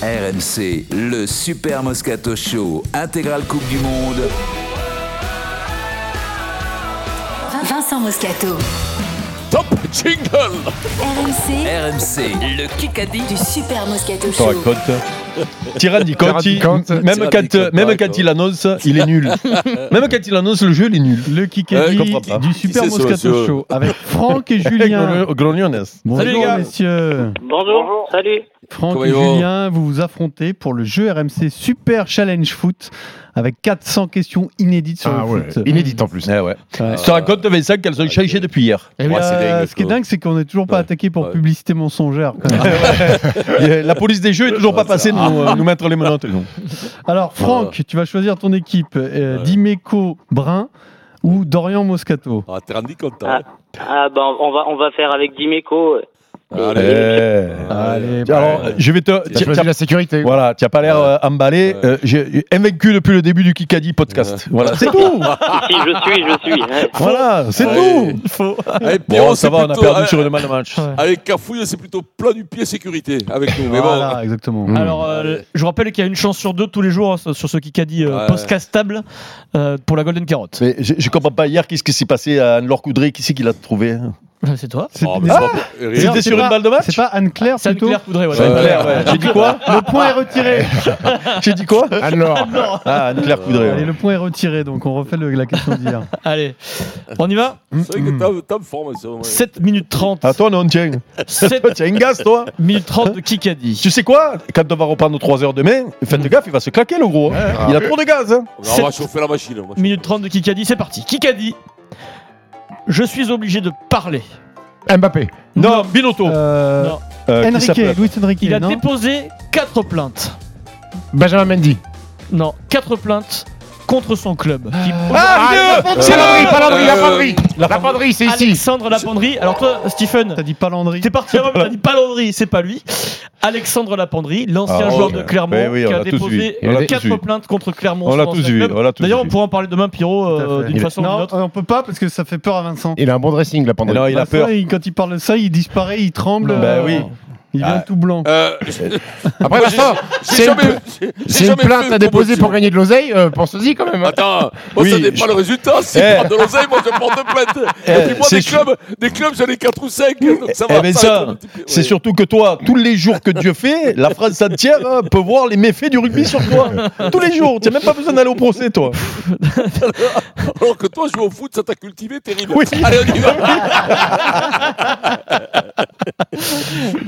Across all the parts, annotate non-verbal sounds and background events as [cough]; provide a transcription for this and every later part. RMC, le Super Moscato Show, intégrale Coupe du Monde. Vincent Moscato. Top jingle RMC, RMC, le Kikadi. du Super Moscato te Show. raconte. Tyranny Conti, Conte. même quand, euh, même quand il annonce, il est [laughs] nul. même quand il annonce, le jeu, il est nul. Le Euh, je Kikadi comprends pas. du Super c'est ça, Moscato c'est- Show avec [laughs] Franck et Avec Julien. Glo- Gloriones. Bonjour Salut les gars. messieurs. Bonjour. salut. Franck Comment et allez-vous Julien, vous vous affrontez pour le jeu RMC Super Challenge Foot avec 400 questions inédites sur Ah le ouais, foot. inédite en plus. Eh ouais. Ouais. Je te raconte, Vincent, qu'elles ont changé depuis [laughs] hier. Et Ouais, là, c'est dingue, Eh ce qui est Flo. dingue, c'est qu'on n'est toujours pas Ouais. attaqué pour Ouais. publicité mensongère. quand même. Et La police des jeux est toujours pas passée de nous, euh, nous mettre les menottes. [laughs] nous. Alors, Franck, tu vas choisir ton équipe euh, Ouais. Dimeco Brun ou Dorian Moscato. Ah, t'es rendu content. Ah. Ah ben on va on va faire avec Dimeco. Eh. Allez, bah, Alors, euh, je vais te. T'as tiens, choisi tiens, la sécurité. Voilà, tu n'as pas l'air euh, emballé. Ouais. Euh, j'ai- j'ai invaincu depuis le début du Kikadi podcast. Voilà, [laughs] c'est tout. Si je suis, je [laughs] suis. Ouais. Voilà, c'est Ouais. tout. Allez, Eh, Pierrot, Bon, ça c'est va, on a plutôt- perdu avec- sur une mal de match. Avec Cafouille, c'est plutôt plat du pied sécurité avec nous. Mais Voilà, exactement. Hmm. Mm. Alors, euh, je vous rappelle qu'il y a une chance sur deux tous les jours hein, sur ce Kikadi euh, Ouais. postcastable euh, pour la [laughs] Golden Carotte. Mais je, je comprends pas hier qu'est-ce qui s'est passé à Anne-Laure Coudray, qui c'est qui l'a trouvé hein C'est toi C'est- bon. Ah, C'était c'est sur pas- une balle de C'est match pas Anne-Claire C'est plutôt Anne-Claire Coudray, ouais. C'est Anne-Claire, ouais. J'ai dit quoi Le point est retiré. J'ai dit quoi Alors, Ah, Anne-Claire Coudray. Allez, ouais. le point est retiré, donc on refait le- la question d'hier. Allez, on y va C'est vrai que t'as- t'as une forme, ça. ouais. 7 minutes 30. Ah, toi, non, tiens. 7 Toi, tiens, une gaze, toi. minutes 30 de Kikadi. Tu sais quoi Quand on va reprendre 3 heures demain, faites gaffe, il va se claquer, le gros. hein. Il a trop de gaz. hein. On va chauffer la machine. on va chauffer. Minute 30 de Kikadi, c'est parti. Kikadi, je suis obligé de parler. Mbappé. Non, Binotto. Euh, Oh. Non. Euh, qui Enrique, s'appelle Luis Enrique, Il a non déposé 4 plaintes. Benjamin Mendy. Non, 4 plaintes contre son club. Qui- Ah, Ah, Dieu C'est Landry, pas Landry, la Euh, penderie. La penderie, c'est ici. Alexandre Lapendrie. Alors toi, Stephen, T'as dit Palandry. T'es parti avant, mais t'as dit Palandry, c'est pas lui. Alexandre Lapandry, l'ancien Ah, joueur ok. de Clermont, Ben oui, on qui a l'a tous vu. déposé On l'a tous vu. quatre plaintes contre Clermont. On l'a son tous ancien vu, club. on l'a tous D'ailleurs, vu. on pourra en parler demain, Pierrot, Tout à euh, fait. d'une Il- façon ou d'une Non, autre. on peut pas parce que ça fait peur à Vincent. Il a un bon dressing, la penderie. Non, il a Vincent, peur. il- quand il parle de ça, il disparaît, il tremble. Bah euh, oui. Il vient Ah. tout blanc. Euh, Après, Moi, j'ai- Vincent, j'ai c'est une, jamais- pla- j'ai- j'ai c'est une jamais fait plainte de à déposer promotion. pour gagner de l'oseille. euh, Pensez-y quand même. hein. Attends, [laughs] moi ça Oui, n'est pas je- le résultat. Si Eh. prends de l'oseille, moi je porte plainte. Eh, Et puis moi, c'est des sûr. clubs, des clubs, j'en ai 4 ou 5. Donc ça Eh va. ben ça ça, va être un petit peu- C'est ouais. surtout que toi, tous les jours que Dieu fait, la France entière hein, peut voir les méfaits du rugby sur toi. Tous les jours, tu n'as même pas besoin d'aller au procès, toi. Alors que toi, jouer au foot, ça t'a cultivé, terrible. Oui. Allez, on y va.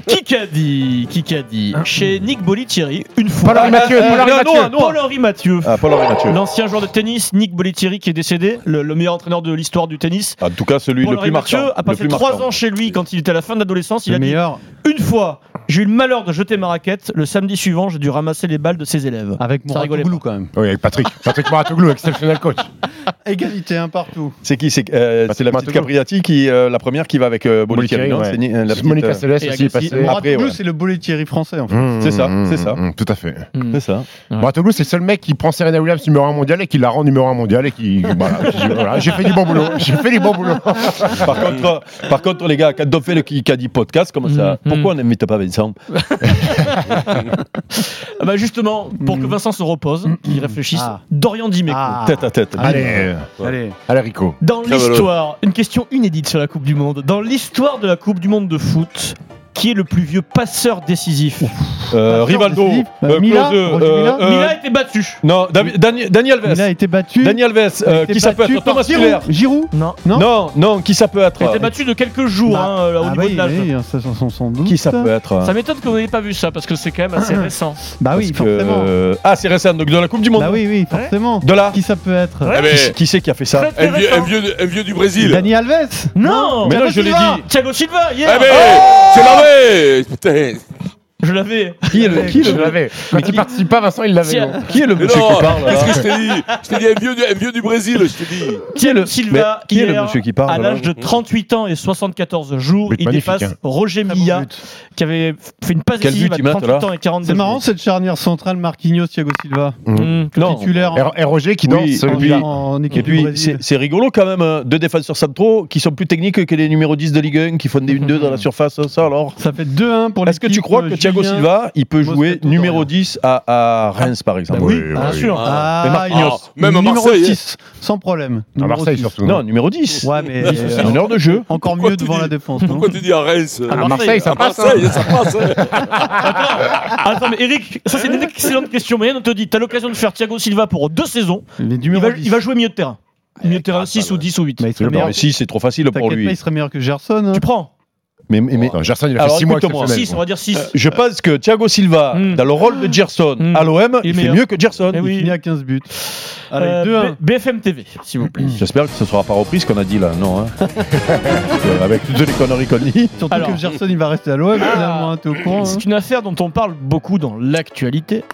Kikadi, Kikadi, Ah. chez Nick Bolitieri, une fois. Ah, Paul-Henri Mathieu. euh, Paul-Henri non, Mathieu. non, non. Paul-Henri Mathieu, Ah, Paul-Henri Mathieu. l'ancien joueur de tennis, Nick Bolitieri, qui est décédé, le, le meilleur entraîneur de l'histoire du tennis. En tout cas, celui le Paul-Henri plus Mathieu marquant. a le passé plus trois marquant. ans chez lui quand il était à la fin de l'adolescence. Il le a dit meilleur Une fois, j'ai eu le malheur de jeter ma raquette. Le samedi suivant, j'ai dû ramasser les balles de ses élèves. avec mon rigolait quand même. Oui, avec Patrick. [laughs] Patrick Maratoglou, exceptionnel coach. Égalité un partout. C'est qui C'est euh, Patrick c'est la petite Matoglu. Capriati qui, euh, la première qui va avec euh, Bolitieri, Bolitieri, non ouais. C'est ni- euh, la petite, euh, Monica Seles et aussi est Agassi. passée. Après, Moratoglou, ouais. c'est le bolet Thierry français en fait. Mmh, C'est ça, mmh, c'est ça. Mm, mmh, Tout à fait. C'est ça. Moratoglou, c'est le seul mec qui prend Serena Williams numéro 1 mondial et qui la rend numéro 1 mondial et qui. Voilà, j'ai- voilà, j'ai fait du bon boulot. J'ai fait du bon boulot. Par contre, euh, par contre, les gars, quand on fait le Kikadi podcast, comme ça, Mm-hmm. Mhm. pourquoi on n'invite pas Vincent Ah bah justement, pour Mm. que Vincent se repose, qu'il réfléchisse, Ah. Dorian Dimeco. Tête à tête. [laughs] Allez, euh, allez. allez, Rico. Dans Cavalo. l'histoire, une question inédite sur la Coupe du Monde. Dans l'histoire de la Coupe du Monde de foot, qui est le plus vieux passeur décisif Euh, Rivaldo, Philippe, euh, bah, Mila, Klose, Roger Mila. euh, Mila a été battu. Non, Davi- Dani- Daniel Il a Vess. été battu. Daniel Vess, il a euh, été qui ça peut battu être par Thomas Müller. Giroud. Giroud. Non. Non. Non, non, qui ça peut être Ah. Elle a été battue de quelques jours Bah, hein, là, au Ah niveau oui, de l'âge. oui, ça sans, sans, sans doute. Qui ça peut être Ça m'étonne que vous n'ayez pas vu ça parce que c'est quand même Ah. assez récent. Bah oui, Parce que, forcément. euh, Ah, c'est récent, donc de la Coupe du Monde. Bah oui, oui, forcément. De là. Qui ça peut être Eh Qui ben, c'est- Qui c'est qui a fait ça Très, très un vieux, un récent. vieux de- un vieux du Brésil. Dani Alves Non, Mais non, Thiago je l'ai Silva. dit. Thiago Silva, Eh hier. ben, c'est la vraie. Putain. Je l'avais. Qui est le, qui est Je le- l'avais. Quand il participe pas, Vincent, il l'avait. Tiens. non. qui est le Mais monsieur non, qui parle là qu'est-ce que je t'ai dit Je t'ai dit un vieux, du, un vieux du Brésil, je t'ai dit. Qui est le, Silva, mais qui est le hier, monsieur qui parle À là l'âge de 38 ans et 74 jours, But il magnifique, dépasse hein. Roger Très bon Milla, but. qui avait fait une passe Quel décisive but à il met, 38 alors ans et 42 C'est marrant jours. cette charnière centrale Marquinhos Thiago Silva Mmh, Non. titulaire en, Et, et Roger qui Oui, danse. Ah et celui- puis- euh, en- en Et équipe du puis, Brésil. c'est c'est rigolo quand même, hein, deux défenseurs centraux qui sont plus techniques que les numéros 10 de Ligue 1, qui font des 1-2 dans la surface, ça alors Ça fait 2-1 Mhm. pour Est-ce que tu l'équipe, crois que euh, Thiago Julien. Silva, il peut Moscato jouer dans numéro l'air. 10 à, à Reims, par exemple. Oui, oui, oui, bien oui. sûr. Ah, Mais Marquinhos, Marquinhos. même à numéro Marseille, 6, sans problème. À Numéro Marseille six. surtout. Non, numéro 10. Ouais, mais euh, Une heure de jeu. encore Pourquoi mieux tu devant dis- la défense. non Pourquoi tu dis à Reims euh, À Marseille, Ah, ça à passe. hein. Marseille, ça passe. [laughs] hein. Attends, mais Eric, ça c'est une excellente question. Mais on te dit, t'as l'occasion de faire Thiago Silva pour deux saisons. Mais Il numéro va, 10. il va jouer milieu de terrain. Milieu de terrain, grave, 6 ça, ou ouais. 10 ou 8. Bah, il serait Oui, Non, meilleur. mais si, c'est trop facile pour T'inquiète lui. pas, il serait meilleur que Gerson. hein. Tu prends Mais, mais- mais Non, Gerson, il a Alors, fait 6 mois écoute-moi. exceptionnels, 6, on va dire Euh, 6. Euh, je pense que Thiago Silva, Hmm. Mm. dans le rôle de Gerson Mm. à l'OM, Il est il, fait meilleur. mieux que Gerson. Eh Il oui. finit à 15 buts. Allez, Euh, 2-1. B- BFM TV, s'il vous plaît. J'espère que ce sera pas repris ce qu'on a dit là, non [laughs] hein Euh, Avec toutes les conneries qu'on dit. Surtout Alors. que Gerson, il va rester à l'OM, finalement, hein, t'es au courant. hein. C'est une affaire dont on parle beaucoup dans l'actualité.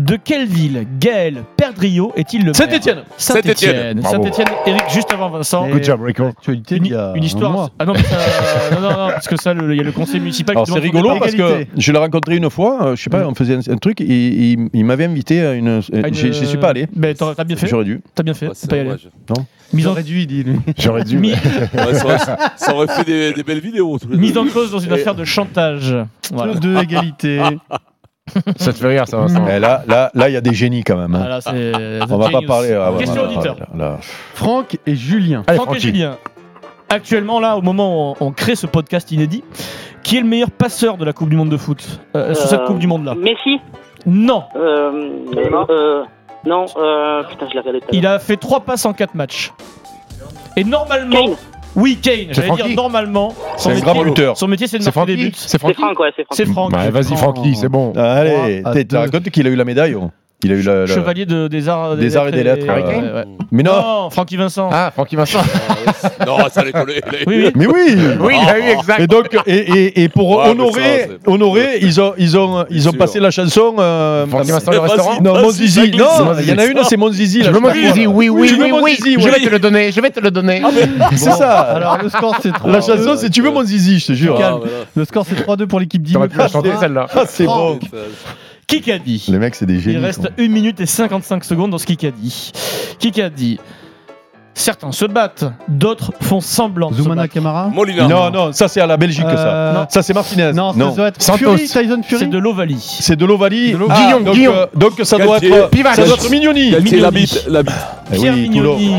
De quelle ville Gaël Perdriau est-il le maire Saint-Etienne Saint-Étienne. Saint-Étienne. Saint-Étienne. Eric, juste avant Vincent. Mais- Good job, Rico. Actualité, Une, il y a une un histoire. mois. Ah non, mais ça- [laughs] non, non, non, parce que ça, le- il y a le conseil municipal. Alors qui c'est demande rigolo son parce que d'égalité. je l'ai rencontré une fois, euh, je sais pas, on faisait un, un truc, et il, il m'avait invité à une. départ. Ah, une- Je suis pas allé. Mais t'as t'as bien fait. J'aurais dû. T'as bien fait. Ouais, t'es c'est pas allé. dommage. Mise en, J'aurais dû, il dit, lui. J'aurais dû. Mi- Ouais, ça, aurait, ça aurait fait des, des belles vidéos. tous les mise deux. en cause dans une Et- affaire de chantage. Voilà. Deux, égalité. Ça te fait rire, ça, Vincent. Eh, là, là, là, il y a des génies quand même. hein. Voilà, Ah, c'est- On the va pas genius. parler. ah, ouais, Question ouais, auditeur. ouais, là. Franck et Julien. Allez, Franck et Francky. Julien. Actuellement, là, au moment où on, on crée ce podcast inédit, qui est le meilleur passeur de la Coupe du Monde de foot euh, Sur cette Euh, Coupe du Monde-là Messi Non euh, euh, euh, Non, euh, putain, je l'ai regardé tout à l'heure. Il a fait 3 passes en 4 matchs. Et normalement. Kane Oui, Kane J'allais dire Francky. normalement. Son C'est un métier, grand buteur. son métier, c'est de C'est marquer des Francky buts. C'est C'est Francky Franck, ouais, c'est Franck. C'est Franck. Ouais, Vas-y, Francky, c'est bon. Allez, Trois à t'es- tu deux. racontes qu'il a eu la médaille. oh. Il a eu la. la- Chevalier de- des arts Des arts et des lettres, euh, ouais, Harry Kane ouais. Mais non. Non, Francky Vincent. Ah, Francky Vincent. Non, ça les connaît. les- Oui, [laughs] oui. Mais oui. Ah. Oui, il a eu exact. Et donc, et, et- et pour Ouais, mais honorer, ça, c'est- honorer, ils ont, ils ont, ils ont Sûr. passé la chanson. euh, Francky Vincent, Eh, le vas-y. restaurant. Non, Ah, mon si, ça zizi. glisse. Non, Vas-y. il y en a une, c'est mon zizi. Je là, veux je mon sais pas quoi, zizi, là. oui, oui, Tu veux oui, mon oui. zizi, Je ouais. vais te le donner, je vais te le donner. C'est ça. Alors, le score, c'est 3 La chanson, c'est Tu veux mon zizi, je te jure. Ah, calme. voilà. Le score, c'est 3-2 pour l'équipe d'Imme. T'aurais pu la chanter, celle-là. Ah, c'est bon. Qui qu'a dit Les mecs, c'est des Il reste 1 minute et 55 secondes dans ce Kikadi. Kikadi. Certains se battent, d'autres font semblant de se Zoumana battre. Camara. Molina. Non, non, ça c'est à la Belgique, ça. Euh, Ça c'est Martinez. Non, ça doit être Santos. Fury, Tyson C'est Fury. de l'Ovalie. C'est de l'Ovalie. De l'Ovalie. Ah, Guillon, donc, Guillon. euh, donc ça doit Galtier. être. Pivac. Ça doit être Mignoni. Galtier, la Mignoni. bite, la bite. Eh oui, Pierre Toulon. Mignoni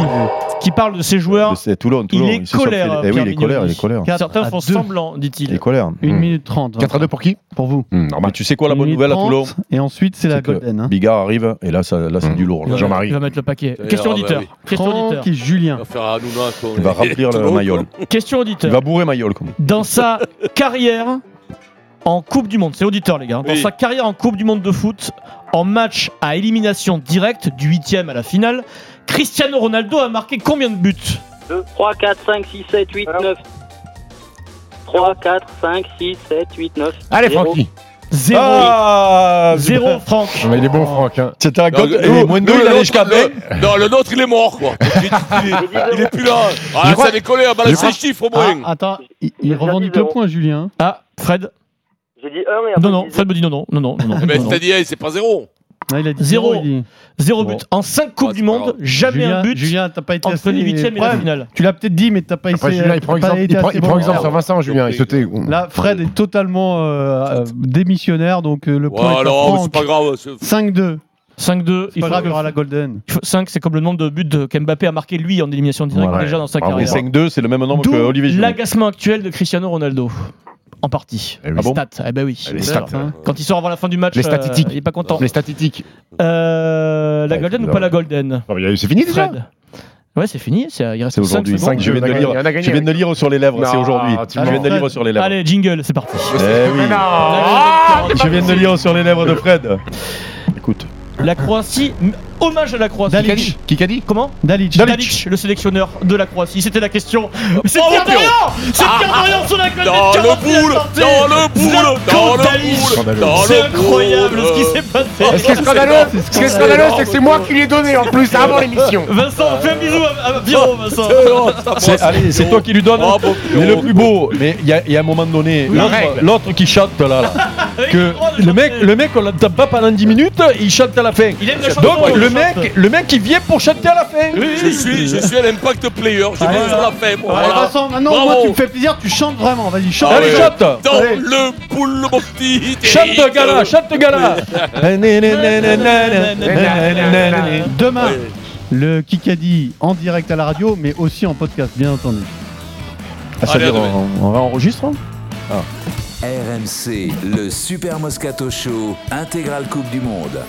qui parle de ses De- joueurs. C'est Toulon, Toulon. est ici, sur le colère, fil. Eh oui, Pierre il est colère, il Mignoni. est colère. Quatre Certains à font deux. semblant, Il est dit-il. colère. 1 Hmm. Mm. minute 30. 4 à 2 pour qui pour vous. Hmm, Mais Normal. tu sais quoi la Une bonne minute nouvelle à trente, Toulon Et ensuite, c'est la C'est que Golden. hein. Bigard arrive et là, ça- là c'est Mm. du lourd. Il va- là. Jean-Marie. Euh, Il va mettre le paquet. Ouais, Question ouais, auditeur. ouais, Question auditeur. Franck et On Julien. va faire un Hanouna, quoi. Il va remplir Tout le monde, maillot. Question Il auditeur. va bourrer maillot comme. Dans sa carrière en Coupe du Monde, c'est auditeur les gars. Dans Oui. sa carrière en Coupe du Monde de foot, en match à élimination directe du 8ème à la finale, Cristiano Ronaldo a marqué combien de buts 3, 4, 5, 6, 7, 8, 9. 3, 4, 5, 6, 7, 8, 9. Allez, Francky. Zéro. Ah Zéro Franck. Mais il est bon, Franck. hein. Tu te rends quoi. compte Non, Et moins de deux, le il allait nôtre, jusqu'à vingt. le- Non, le nôtre, il est mort, quoi. Il, il- il est plus là. Ah, crois- ça décollait, à je balance crois- les chiffres au Ah, moins. attends, il, il J'ai revendique dit le zéro. point, Julien. Ah, Fred J'ai dit 1 et Non, non, Fred me dit non, non, non, non, non. [laughs] Eh ben, non, non. c'est-à-dire, c'est pas zéro. Ah, il a dit Zéro. zéro, il dit. Zéro Bon. but. En 5 Coupes Ouais, du c'est pas Monde, grave. jamais Julien, un but Julien, t'as pas été entre assez. les 8 et la Preuve. finale. Tu l'as peut-être dit, mais t'as pas Après, essayé. Julien, il prend t'as pas exemple, été il prend, assez il prend bon. exemple sur Vincent, Julien. Il se tait. Là, Fred est totalement euh, euh, démissionnaire, donc euh, le Ouais, point est à alors, c'est Franck. pas grave. c'est- 5-2. 5-2, Il il faut, frappera la Golden. 5, c'est comme le nombre de buts de- qu'Mbappé a marqué lui en élimination directe Ouais, déjà dans sa bravo. Et carrière. 5-2, c'est le même nombre que D'où Olivier Giroud. l'agacement actuel de Cristiano Ronaldo. En partie. Eh oui. Les Ah bon stats. Eh ben oui. Les Stat, stats. hein. Quand il sort avant la fin du match, Les euh, statistiques. il est pas content. Les statistiques. Euh, la Ouais, Golden ou c'est pas la Golden Ah, mais C'est fini déjà Fred. Ouais, c'est fini. c'est- Il reste C'est 5 aujourd'hui. secondes. Cinq, je viens de gagné, lire. on a gagné. Je viens de lire sur les lèvres, Non, c'est aujourd'hui. tu Je viens mens. de lire sur les lèvres. Allez, jingle, c'est parti. Eh oui. Mais non Je viens de lire sur les lèvres de Fred. Écoute. La Croatie, m- hommage à la Croatie. Dalic. Qui qu'a dit Comment Dalic. Dalic, le sélectionneur de la Croatie, c'était la question. C'est Pierre Pierrot. Dorian C'est Pierre Dorian sur la colonne Dans de le 40, il a boule sorti. Dans le boule Dans Scandaleux. le boule dans C'est le boule. Euh, incroyable ce qui s'est Ce passé qui est scandaleux, C'est ce qui est scandaleux, c'est que c'est moi qui lui ai donné en plus avant l'émission. Vincent, fais un bisou à, à Pierrot, Vincent Oh, ça, moi, C'est- Allez, c'est toi qui lui donne. Bravo, Mais le Pierrot. plus beau, mais il y, a- il y a un moment donné, Oui, l'autre- la règle. l'autre qui chante là, là, Avec que droit de le mec, chanter. le mec, on l'entend pas pendant 10 minutes, il chante à la fin. Il aime la chanson Donc le le mec, le mec qui vient pour chanter à la fin. Je suis, je suis à l'impact player, je Allez, vais sur la fin. moi, Allez, voilà. Vincent, maintenant, Bravo. moi, tu me fais plaisir, tu chantes vraiment. Vas-y, chante. Ah Allez, ouais. chante Dans Allez. le boule, mon petit. Chante gala, chante gala Demain, le Kikadi en direct à la radio, mais aussi en podcast, bien entendu. Ah, ça veut Allez, à dire, demain. on, on réenregistre hein RMC, le Super Moscato Show, intégrale Coupe du Monde.